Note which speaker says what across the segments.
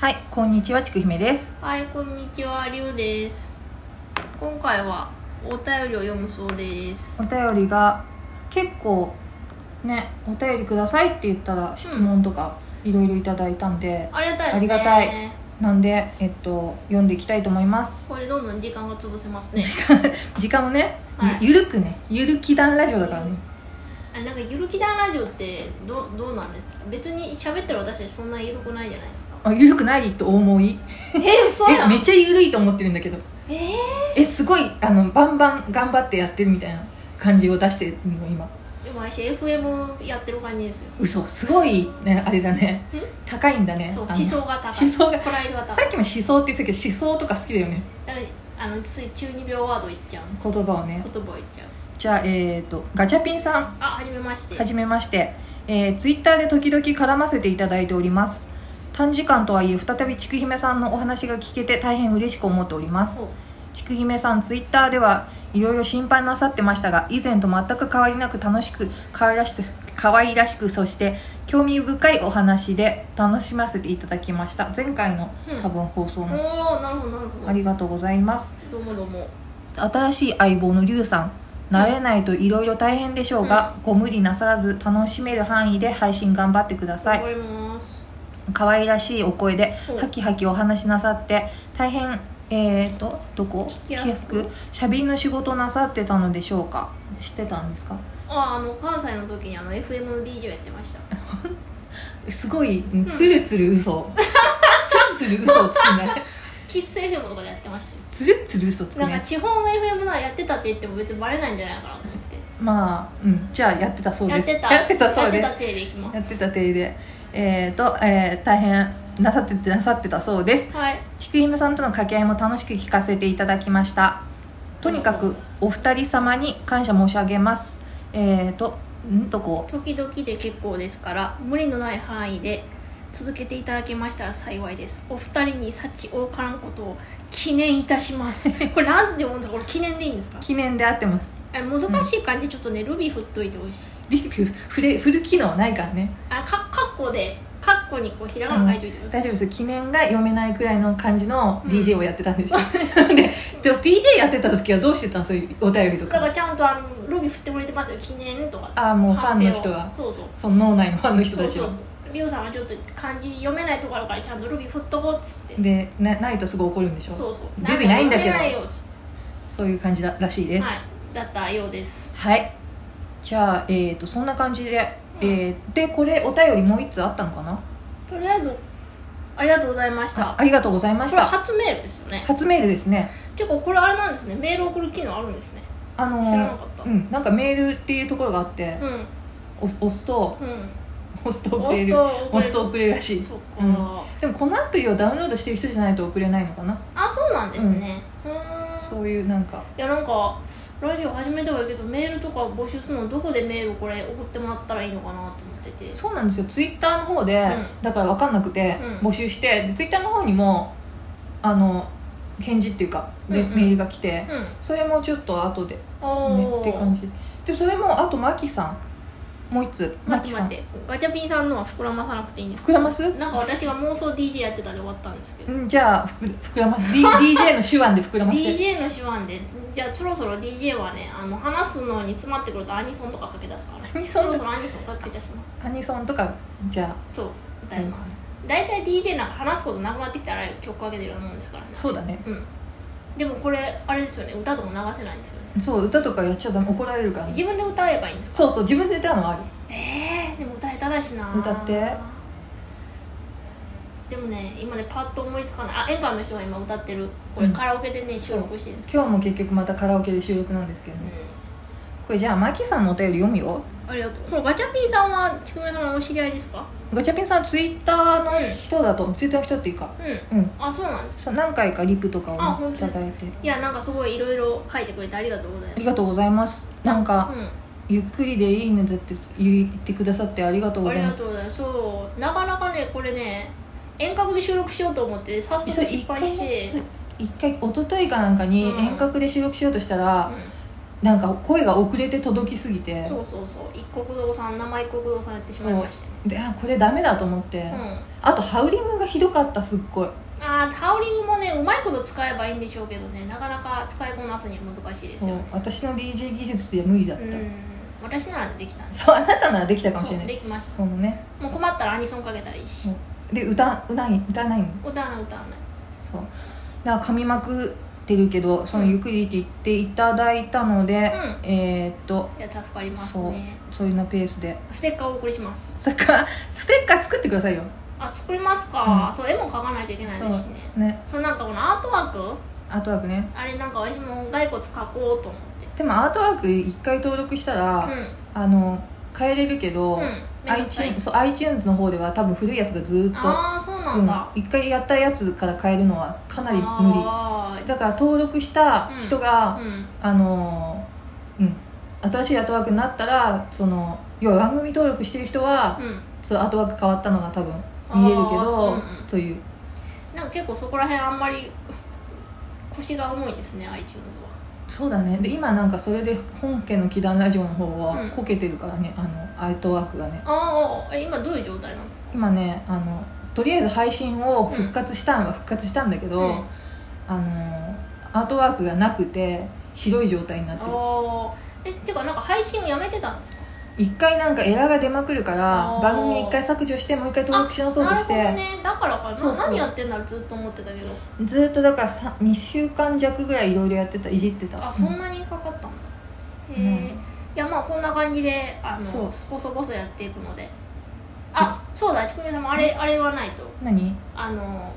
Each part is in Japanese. Speaker 1: はい、こんにちは、ちくひめです。
Speaker 2: はい、こんにちは、りゅうです。今回はお便りを読むそうです
Speaker 1: お。便りが結構ね、お便りくださいって言ったら質問とかいろいろいただいたんで、
Speaker 2: ありがたいですね。
Speaker 1: ありがたいなんで、えっと、読んでいきたいと思います。
Speaker 2: これどんどん時間が潰せます ね。
Speaker 1: 時間もね、
Speaker 2: はい
Speaker 1: ゆゆるくね、ゆるき団ラジオだからね。
Speaker 2: あなんかゆるきだラジオってどどうなんですか。別に喋ってる私たちそんなゆるくないじゃないですか。
Speaker 1: あ、ゆるくないと思い。
Speaker 2: え、嘘
Speaker 1: え、
Speaker 2: やん。
Speaker 1: めっちゃゆるいと思ってるんだけど。
Speaker 2: えー、
Speaker 1: え、すごい、あの、バンバン頑張ってやってるみたいな感じを出してるの、今。
Speaker 2: でも私 FM やってる感じですよ。
Speaker 1: 嘘、すごい、ね、あれだね
Speaker 2: ん。
Speaker 1: 高いんだね。
Speaker 2: そう
Speaker 1: あの
Speaker 2: 思想が高い。
Speaker 1: 思想が
Speaker 2: プライドが高
Speaker 1: さ
Speaker 2: い
Speaker 1: っ。きも思想って言ってたけど思想とか好きだよね
Speaker 2: だからあのつい中二病ワード言っちゃう。
Speaker 1: 言葉をね
Speaker 2: 言葉言っちゃう。
Speaker 1: じゃあえっ、とガチャピンさん
Speaker 2: あ、はじめまして。
Speaker 1: はじめまして、えー、ツイッターで時々絡ませていただいております短時間とはいえ再びちくひめさんのお話が聞けて大変嬉しく思っております
Speaker 2: そう
Speaker 1: ちくひめさんツイッターではいろいろ心配なさってましたが以前と全く変わりなく楽しく可愛らしく可愛らしくそして興味深いお話で楽しませていただきました前回の
Speaker 2: うん
Speaker 1: 多分放送
Speaker 2: お
Speaker 1: も
Speaker 2: ー、なるほどなるほ
Speaker 1: ありがとうございます
Speaker 2: ど。どうもどうも。
Speaker 1: 新しい相棒のリュウさん慣れないといろいろ大変でしょうが、ご無理なさらず楽しめる範囲で配信頑張ってくださ
Speaker 2: 頑
Speaker 1: い
Speaker 2: 張ります。
Speaker 1: 可愛らしいお声で
Speaker 2: そう
Speaker 1: ハキハキお話しなさって大変えーとどこ
Speaker 2: 聞きやすく
Speaker 1: 聞きしゃべりの仕事なさってたのでしょうかしてたんですか
Speaker 2: ああの関西の時にあの FM の DJ をやってました
Speaker 1: すごいつるつる 嘘つるつる嘘をつくね
Speaker 2: 喫茶 FM とかでやってまし
Speaker 1: つるつる嘘つ
Speaker 2: た
Speaker 1: く
Speaker 2: よなん
Speaker 1: ね
Speaker 2: か地方の FM ならやってたって言っても別にバレないんじゃないかなと思って
Speaker 1: まあうんじゃあやってたそう
Speaker 2: や
Speaker 1: で
Speaker 2: っ
Speaker 1: す
Speaker 2: てた
Speaker 1: やってたそうです
Speaker 2: やってた手でいきます
Speaker 1: やってた手入れえー、と、えー大変なさっててなさってたそうです
Speaker 2: はい
Speaker 1: 菊姫さんとの掛け合いも楽しく聞かせていただきましたとにかくお二人様に感謝申し上げますえー、とんとこ
Speaker 2: 時々で結構ですから無理のない範囲で続けていただけましたら幸いですお二人に幸多からんことを記念いたしますこれなんて読むんですかこれ記念でいいんですか
Speaker 1: 記念で合ってます
Speaker 2: あ難しい感じでちょっとねルビー振っといてほしい
Speaker 1: リビュー振れ振る機能ないからね
Speaker 2: あかカッコでカッコにこうひらがな書いといてくださ
Speaker 1: 大
Speaker 2: い
Speaker 1: 丈夫です記念が読めないくらいの感じの
Speaker 2: うん
Speaker 1: DJ をやってたん ですよ、ででも DJ やってた時はどうしてたのそういうお便りと
Speaker 2: だから
Speaker 1: か
Speaker 2: ちゃんとあのロビー振ってもらってますよ記念とか
Speaker 1: ああもうファンの人
Speaker 2: カン
Speaker 1: が
Speaker 2: ペをそうそう
Speaker 1: その脳内のファンの人
Speaker 2: そ
Speaker 1: た
Speaker 2: う
Speaker 1: ち
Speaker 2: そう
Speaker 1: が
Speaker 2: リオさんはちょっと漢字読めないところからちゃんとロビー振っとこうっつって
Speaker 1: でなないとすごい怒るんでしょ
Speaker 2: そうそう
Speaker 1: ルビーないんだけど
Speaker 2: 読めないよっつっ
Speaker 1: そういう感じだらしい
Speaker 2: て
Speaker 1: です
Speaker 2: はいだったようです
Speaker 1: はいじゃあえー、とそんな感じで、
Speaker 2: うん
Speaker 1: えーでこれお便りもう1つあったのかな
Speaker 2: とりあえずありがとうございまし
Speaker 1: あ
Speaker 2: た
Speaker 1: ありがとうございまし
Speaker 2: これ
Speaker 1: た
Speaker 2: 初メールですよね
Speaker 1: 初メールですね
Speaker 2: 結構これあれなんですねメール送る機能あるんですね
Speaker 1: あのー
Speaker 2: 知らなかった
Speaker 1: うん、なんかメールっていうところがあって、
Speaker 2: うん
Speaker 1: 押押すと
Speaker 2: うん
Speaker 1: 押すと送
Speaker 2: 押
Speaker 1: れ
Speaker 2: す
Speaker 1: る
Speaker 2: と送れる
Speaker 1: 押すと送れるらしい
Speaker 2: そっ
Speaker 1: う
Speaker 2: か、
Speaker 1: んでもこのアプリをダウンロードしてる人じゃないと送れないのかな
Speaker 2: あそうなんですねうーん
Speaker 1: そういうなんか
Speaker 2: いやなんかラジオ始めたはいいけどメールとか募集するのどこでメールこれ送ってもらったらいいのかなと思ってて
Speaker 1: そうなんですよツイッターの方で、
Speaker 2: う
Speaker 1: だから分かんなくて、
Speaker 2: うん
Speaker 1: 募集してでツイッターの方にもあの返事っていうかで、
Speaker 2: うんうん
Speaker 1: メールが来て、
Speaker 2: うん
Speaker 1: それもちょっと後でね
Speaker 2: おー
Speaker 1: って感じでそれもあとマキさんもう一つマ
Speaker 2: 待っ
Speaker 1: キ
Speaker 2: て
Speaker 1: さん
Speaker 2: 待ってガチャピンさんのは膨らまさなくていいんです
Speaker 1: 膨らます
Speaker 2: なんか私が妄想 DJ やってたで終わったんですけど
Speaker 1: うんじゃあふく膨らます D- DJ の手腕で膨らまして
Speaker 2: DJ の手腕でじゃあそろそろ DJ はねあの話すのに詰まってくるとアニソンとかかけ出すから
Speaker 1: アニソ
Speaker 2: そ
Speaker 1: ン
Speaker 2: ろそろアニソンかけ出します
Speaker 1: アニソンとかじゃ
Speaker 2: そう歌います大体、DJ なんか話すことなくなってきたら曲かけてるようなもんですからね
Speaker 1: あそうだね
Speaker 2: うんでもこれあれですよね歌とかも流せないんですよね
Speaker 1: そう歌とかやっちゃダメ怒られるから、ね、
Speaker 2: 自分で歌えばいいんですか
Speaker 1: そうそう自分で歌うのはある
Speaker 2: えー、でも歌えたらしな
Speaker 1: 歌って
Speaker 2: でもね今ねパッと思いつかないあ演歌の人が今歌ってるこれ、
Speaker 1: うん
Speaker 2: カラオケでね収録してるんですけ
Speaker 1: 今日も結局またカラオケで収録なんですけど
Speaker 2: ど、
Speaker 1: ねこれじゃあマキさんのお便り読むよ
Speaker 2: うん、ありがとうこのガチャピンさんはちくめさんのお知り合いですか
Speaker 1: ガチャピンさんツイッターの人だと、ツイッターの人っていうか
Speaker 2: う
Speaker 1: うん
Speaker 2: んあそうなんです
Speaker 1: そう何回かリプとか
Speaker 2: あ
Speaker 1: を
Speaker 2: 本
Speaker 1: いた
Speaker 2: 当です
Speaker 1: だいて
Speaker 2: いやなんかすごいいろいろ書いてくれてありがとうござい
Speaker 1: あ
Speaker 2: ま
Speaker 1: り
Speaker 2: す
Speaker 1: がとうございますなんか、
Speaker 2: うん
Speaker 1: ゆっくりでいいねだって言ってくださってありがとうご
Speaker 2: あ
Speaker 1: ざい
Speaker 2: りが
Speaker 1: ます
Speaker 2: とうございますそうなかなかねこれね遠隔で収録しようと思って早速
Speaker 1: それ一
Speaker 2: 失敗
Speaker 1: 回
Speaker 2: して
Speaker 1: ね、一回一昨日かなんかに
Speaker 2: うん
Speaker 1: 遠隔で収録しようとしたら、
Speaker 2: う
Speaker 1: なんか声が遅れて届きすぎて
Speaker 2: そうそうそう一国道さん生一国道さんやってしまいましたね
Speaker 1: であこれダメだと思って、
Speaker 2: うん
Speaker 1: あとハウリングがひどかったすっごい
Speaker 2: あータオリングもねうまいこと使えばいいんでしょうけどねなかなか使いこなすには難しいです
Speaker 1: そう
Speaker 2: よね
Speaker 1: 私の DJ 技術では無理だっ
Speaker 2: う
Speaker 1: た、
Speaker 2: ん私ならできたんです
Speaker 1: そうあなたならできたかもしれ
Speaker 2: そ
Speaker 1: な
Speaker 2: う
Speaker 1: い
Speaker 2: できまし
Speaker 1: そのね
Speaker 2: たもう困ったらアニソンかけたらいいし
Speaker 1: で歌うない歌わないの
Speaker 2: 歌わない歌わない
Speaker 1: そうだから噛みまくってるけどそのゆっくりって言っていただいたので、えー、っと
Speaker 2: いや助かりますね
Speaker 1: そういうのペースで
Speaker 2: ステッカーをお送りします
Speaker 1: それからステッカー作ってくださいよ
Speaker 2: あ作りますか、
Speaker 1: うん
Speaker 2: そう絵も描かないといけないですしね
Speaker 1: ね
Speaker 2: そうなんかこのアートワーク
Speaker 1: アートワークね
Speaker 2: あれなんか私も骸骨描こうと思って
Speaker 1: でもアートワーク一回登録したら、あの変えれるけど、
Speaker 2: うんうんめんどくさい
Speaker 1: iTunes, そう iTunes の方では多分古いやつがずーっと
Speaker 2: ああそうなんだ、
Speaker 1: うん、一回やったやつから変えるのはかなり無理
Speaker 2: あー
Speaker 1: だから登録した人が、
Speaker 2: うん
Speaker 1: あのーうん新しいアートワークになったらその要は番組登録してる人は、
Speaker 2: うん
Speaker 1: そうアートワーク変わったのが多分見れるけ
Speaker 2: あーそう
Speaker 1: ど
Speaker 2: うん
Speaker 1: という
Speaker 2: なんか結構そこら辺あんまり 腰が重いですね iTunes
Speaker 1: そうだねで今なんかそれで本家の「祈願ラジオ」の方
Speaker 2: う
Speaker 1: は
Speaker 2: ん
Speaker 1: こけてるからね、あのアートワークがね
Speaker 2: はああえ今どういう状態なんですか
Speaker 1: 今ねあのとりあえず配信を復活したんは復活したんだけど、
Speaker 2: うん
Speaker 1: あのアートワークがなくて白い状態になってる
Speaker 2: ああえっていうかなんか配信をやめてたんですか
Speaker 1: 一回なんかエラーが出まくるから
Speaker 2: あー
Speaker 1: 番組一回削除してもう一回登録し直そうとして
Speaker 2: なるほどねだからかな
Speaker 1: そうそう
Speaker 2: 何やってんだろうずっと思ってたけど
Speaker 1: ずーっとだからさ2週間弱ぐらいいろいろやってたいじってた
Speaker 2: あそん
Speaker 1: う
Speaker 2: なにかかったんだ、
Speaker 1: ん
Speaker 2: へえ、いやまあこんな感じであ
Speaker 1: そう
Speaker 2: の細々やっていくのであそうだちくみさんもあれあれはないと
Speaker 1: 何
Speaker 2: あの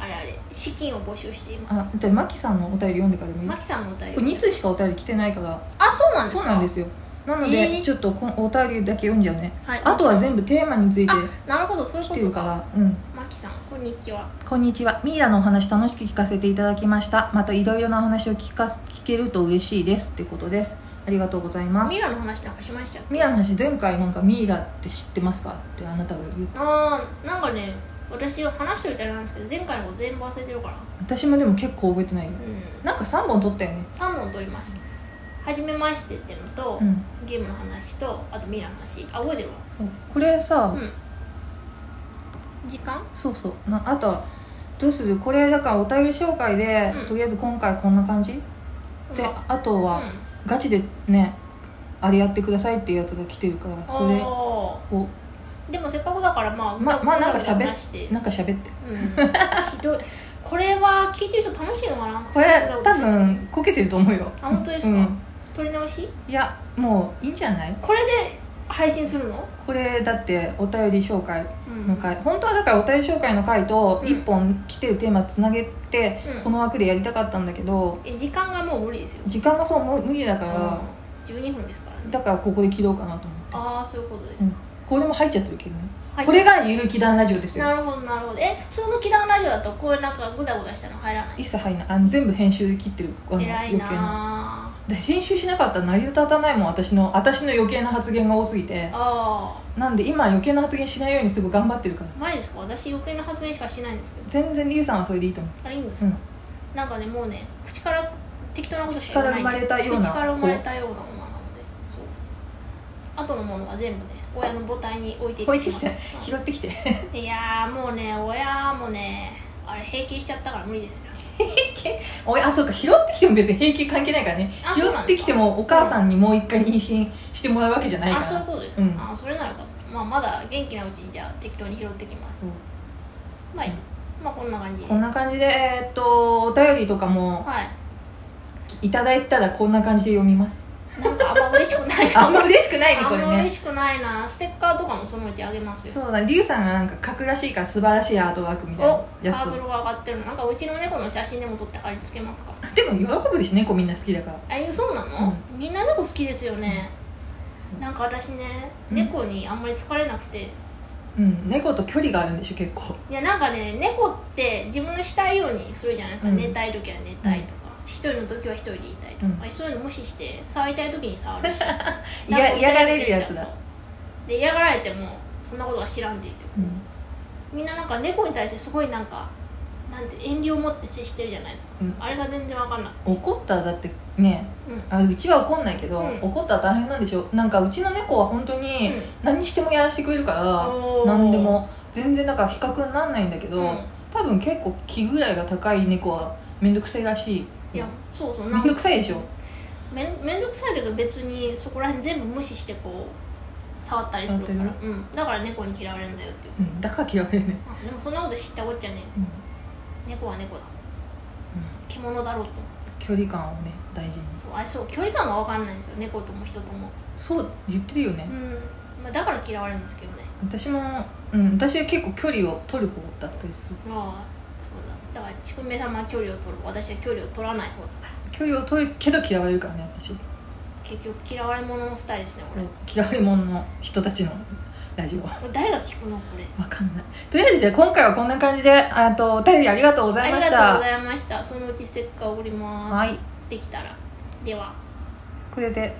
Speaker 2: あれあれ資金を募集していま
Speaker 1: あ
Speaker 2: す
Speaker 1: でマキさんのお便り読んでからもいい
Speaker 2: マ
Speaker 1: こ
Speaker 2: キさんのお便
Speaker 1: れ
Speaker 2: り
Speaker 1: 2通しかお便り来てないから
Speaker 2: あそうなんですか
Speaker 1: そうなんですよなので、
Speaker 2: えー
Speaker 1: ちょっとこのお便りだけ読んじゃうね
Speaker 2: はい、
Speaker 1: あとは全部テーマについて
Speaker 2: あ なるほどそういう
Speaker 1: 来
Speaker 2: こ
Speaker 1: てる
Speaker 2: と
Speaker 1: か
Speaker 2: から
Speaker 1: うん
Speaker 2: マキさんこんにちは
Speaker 1: こんにちはミイラのお話楽しく聞かせていただきましたまたいろいろなお話を聞か聞けると嬉しいですってことですありがとうございます
Speaker 2: ミラの話なんかしましたっけ
Speaker 1: ミイラの話前回なんかミイラって知ってますかってあなたが言う
Speaker 2: あーなんかね私話しておいたらなんですけど前回のこと全部忘れてるから
Speaker 1: 私もでも結構覚えてないよ
Speaker 2: うん
Speaker 1: なんか3本撮ったよね
Speaker 2: 3問取りましたはじめましてってのと、
Speaker 1: うん
Speaker 2: ゲームの話とあとミラの話あ覚えてるわ
Speaker 1: そうこれさ、
Speaker 2: うん時間
Speaker 1: そうそうなあとはどうするこれだからお便り紹介で、
Speaker 2: うん
Speaker 1: とりあえず今回こんな感じ、で
Speaker 2: うん
Speaker 1: あとは、
Speaker 2: う
Speaker 1: ガチでねあれやってくださいっていうやつが来てるからそ
Speaker 2: ん
Speaker 1: れ
Speaker 2: お
Speaker 1: を
Speaker 2: ーでもせっかくだからまあ
Speaker 1: ま
Speaker 2: 歌
Speaker 1: まあなんか
Speaker 2: 歌歌
Speaker 1: 喋っ
Speaker 2: して、
Speaker 1: なんか喋って
Speaker 2: うん、ひどいこれは聞いてる人楽しいのかな
Speaker 1: これ多分こけてると思うよ
Speaker 2: あ本当ですか、
Speaker 1: うん
Speaker 2: 撮り直し
Speaker 1: いやもういいんじゃない
Speaker 2: これで配信するの、
Speaker 1: これだってお便り紹介
Speaker 2: うん
Speaker 1: の回、本当はだからお便り紹介の回と
Speaker 2: うん
Speaker 1: 1本来てるテーマつなげて、
Speaker 2: うん
Speaker 1: この枠でやりたかったんだけど
Speaker 2: え時間がもう無理ですよ
Speaker 1: 時間がそうもう無理だか
Speaker 2: うん
Speaker 1: ら、
Speaker 2: 12分ですからね
Speaker 1: だからここで切ろうかなと思って
Speaker 2: ああそういうことですか、
Speaker 1: これも入っちゃってるけどね、
Speaker 2: はい
Speaker 1: これがゆるき団ラジオですよ
Speaker 2: なるほどなるほどえ普通の祈願ラジオだとこういうなんかグダグダしたの入らない
Speaker 1: 一切入んないあの全部編集で切ってるあの
Speaker 2: 偉いな
Speaker 1: な
Speaker 2: あ
Speaker 1: で編集しなかったら成り立たないもん私の私の余計な発言が多すぎて
Speaker 2: あ
Speaker 1: なんで今余計な発言しないようにすごい頑張ってるから
Speaker 2: ー前ですか私余計な発言しかしないんですけど
Speaker 1: 全然りゅうさんはそれでいいと思
Speaker 2: あれいいんです
Speaker 1: う、う
Speaker 2: か、
Speaker 1: ん、
Speaker 2: なんかねもうね口から適当なことしか言わない
Speaker 1: 口から生まれたような
Speaker 2: 口から生まれたようなものなのでそう後のものは全部ね親の母体に置いてい
Speaker 1: こう
Speaker 2: っ
Speaker 1: やってて
Speaker 2: し
Speaker 1: き
Speaker 2: ま
Speaker 1: て拾ってきて
Speaker 2: ういやーもうね親もねあれ平均しちゃったから無理ですよ
Speaker 1: おいあそうか拾ってきても別に平気関係ないからね
Speaker 2: あ
Speaker 1: 拾
Speaker 2: そうなん
Speaker 1: っ
Speaker 2: で
Speaker 1: て
Speaker 2: すか
Speaker 1: きてもお母さんにもう一回妊娠してもらうわけじゃないか
Speaker 2: あ
Speaker 1: ら
Speaker 2: そういうことですか、
Speaker 1: うん
Speaker 2: あそれなのかった、まあ、まだ元気なうちにじゃあ適当に拾ってきます
Speaker 1: そう
Speaker 2: まあ、まあこんな感じで
Speaker 1: こんな感じでえーっとお便りとかも
Speaker 2: はい
Speaker 1: いただいたらこんな感じで読みます
Speaker 2: なんかあんま嬉しくない
Speaker 1: あんま嬉しくないね
Speaker 2: あ
Speaker 1: こ
Speaker 2: ん
Speaker 1: れ
Speaker 2: ま
Speaker 1: ね
Speaker 2: 嬉しくないなステッカーとかもそのうちあげますよ
Speaker 1: そうだリュウさんがなんか書くらしいから素晴らしいアートワークみたい
Speaker 2: お
Speaker 1: なや
Speaker 2: ハ
Speaker 1: つ
Speaker 2: ード
Speaker 1: を
Speaker 2: ルが上がってるのなんかうちの猫の写真でも撮って貼り付けますか
Speaker 1: でも喜ぶでしょ猫みんな好きだから
Speaker 2: あえそうなの、みんな猫好きですよね、なんか私ね
Speaker 1: うん
Speaker 2: 猫にあんまり好かれなくて
Speaker 1: うん猫と距離があるんでしょ結 構
Speaker 2: いやなんかね猫って自分のしたいようにするじゃないですか、
Speaker 1: うん
Speaker 2: 寝たい時は寝たいとか、一人の時は一人でいたいとか、
Speaker 1: う
Speaker 2: そういうの無視して触りたい時に触るし
Speaker 1: いや 嫌がれるやつだ
Speaker 2: そうで嫌がられてもそんなことは知らんでいいって
Speaker 1: うん
Speaker 2: みんななんか猫に対してすごいなんかなんて遠慮を持って接してるじゃないですか、
Speaker 1: うん
Speaker 2: あれが全然わかんなくて
Speaker 1: 怒ったらだってね
Speaker 2: うん
Speaker 1: あうちは怒んないけど、
Speaker 2: うん
Speaker 1: 怒ったら大変なんでしょなんかうちの猫は本当に何してもやらしてくれるから、
Speaker 2: うん
Speaker 1: 何でも全然なんか比較になんないんだけど、
Speaker 2: うん
Speaker 1: 多分結構気ぐらいが高い猫は面倒くさいらしい
Speaker 2: いやそうそう
Speaker 1: 面
Speaker 2: なん
Speaker 1: 倒
Speaker 2: か
Speaker 1: くさいでしょ
Speaker 2: めんめんどくさいけど別にそこら辺全部無視してこう触ったりするから
Speaker 1: 触っ
Speaker 2: うん、だから猫に嫌われるんだよっていう
Speaker 1: うんだから嫌われるね、
Speaker 2: あでもそんなこと知ったこっちゃね
Speaker 1: うんうん
Speaker 2: 猫は猫だ獣だろうと
Speaker 1: 距離感をね大事に
Speaker 2: そうあそう距離感が分かんないんですよ猫とも人とも
Speaker 1: そう言ってるよね
Speaker 2: う、ん、まあ、だから嫌われるんですけどね
Speaker 1: 私も、うん、私は結構距離を取る方だったりする
Speaker 2: ああそうだだからちくめ様は距離を取る私は距離を取らない方だから
Speaker 1: 距離を取るけど嫌われるからね私
Speaker 2: 結局嫌われ者の2人ですねこれ
Speaker 1: 嫌われ者の人たちのラジオ
Speaker 2: これ誰が聞くのこれ
Speaker 1: わかんないとりあえずで今回はこんな感じであとお便りありがとうござ
Speaker 2: あ
Speaker 1: い
Speaker 2: り
Speaker 1: まし
Speaker 2: がとう
Speaker 1: た
Speaker 2: ございましたそのうちステッカー送ります、
Speaker 1: はい
Speaker 2: できたらでは
Speaker 1: これで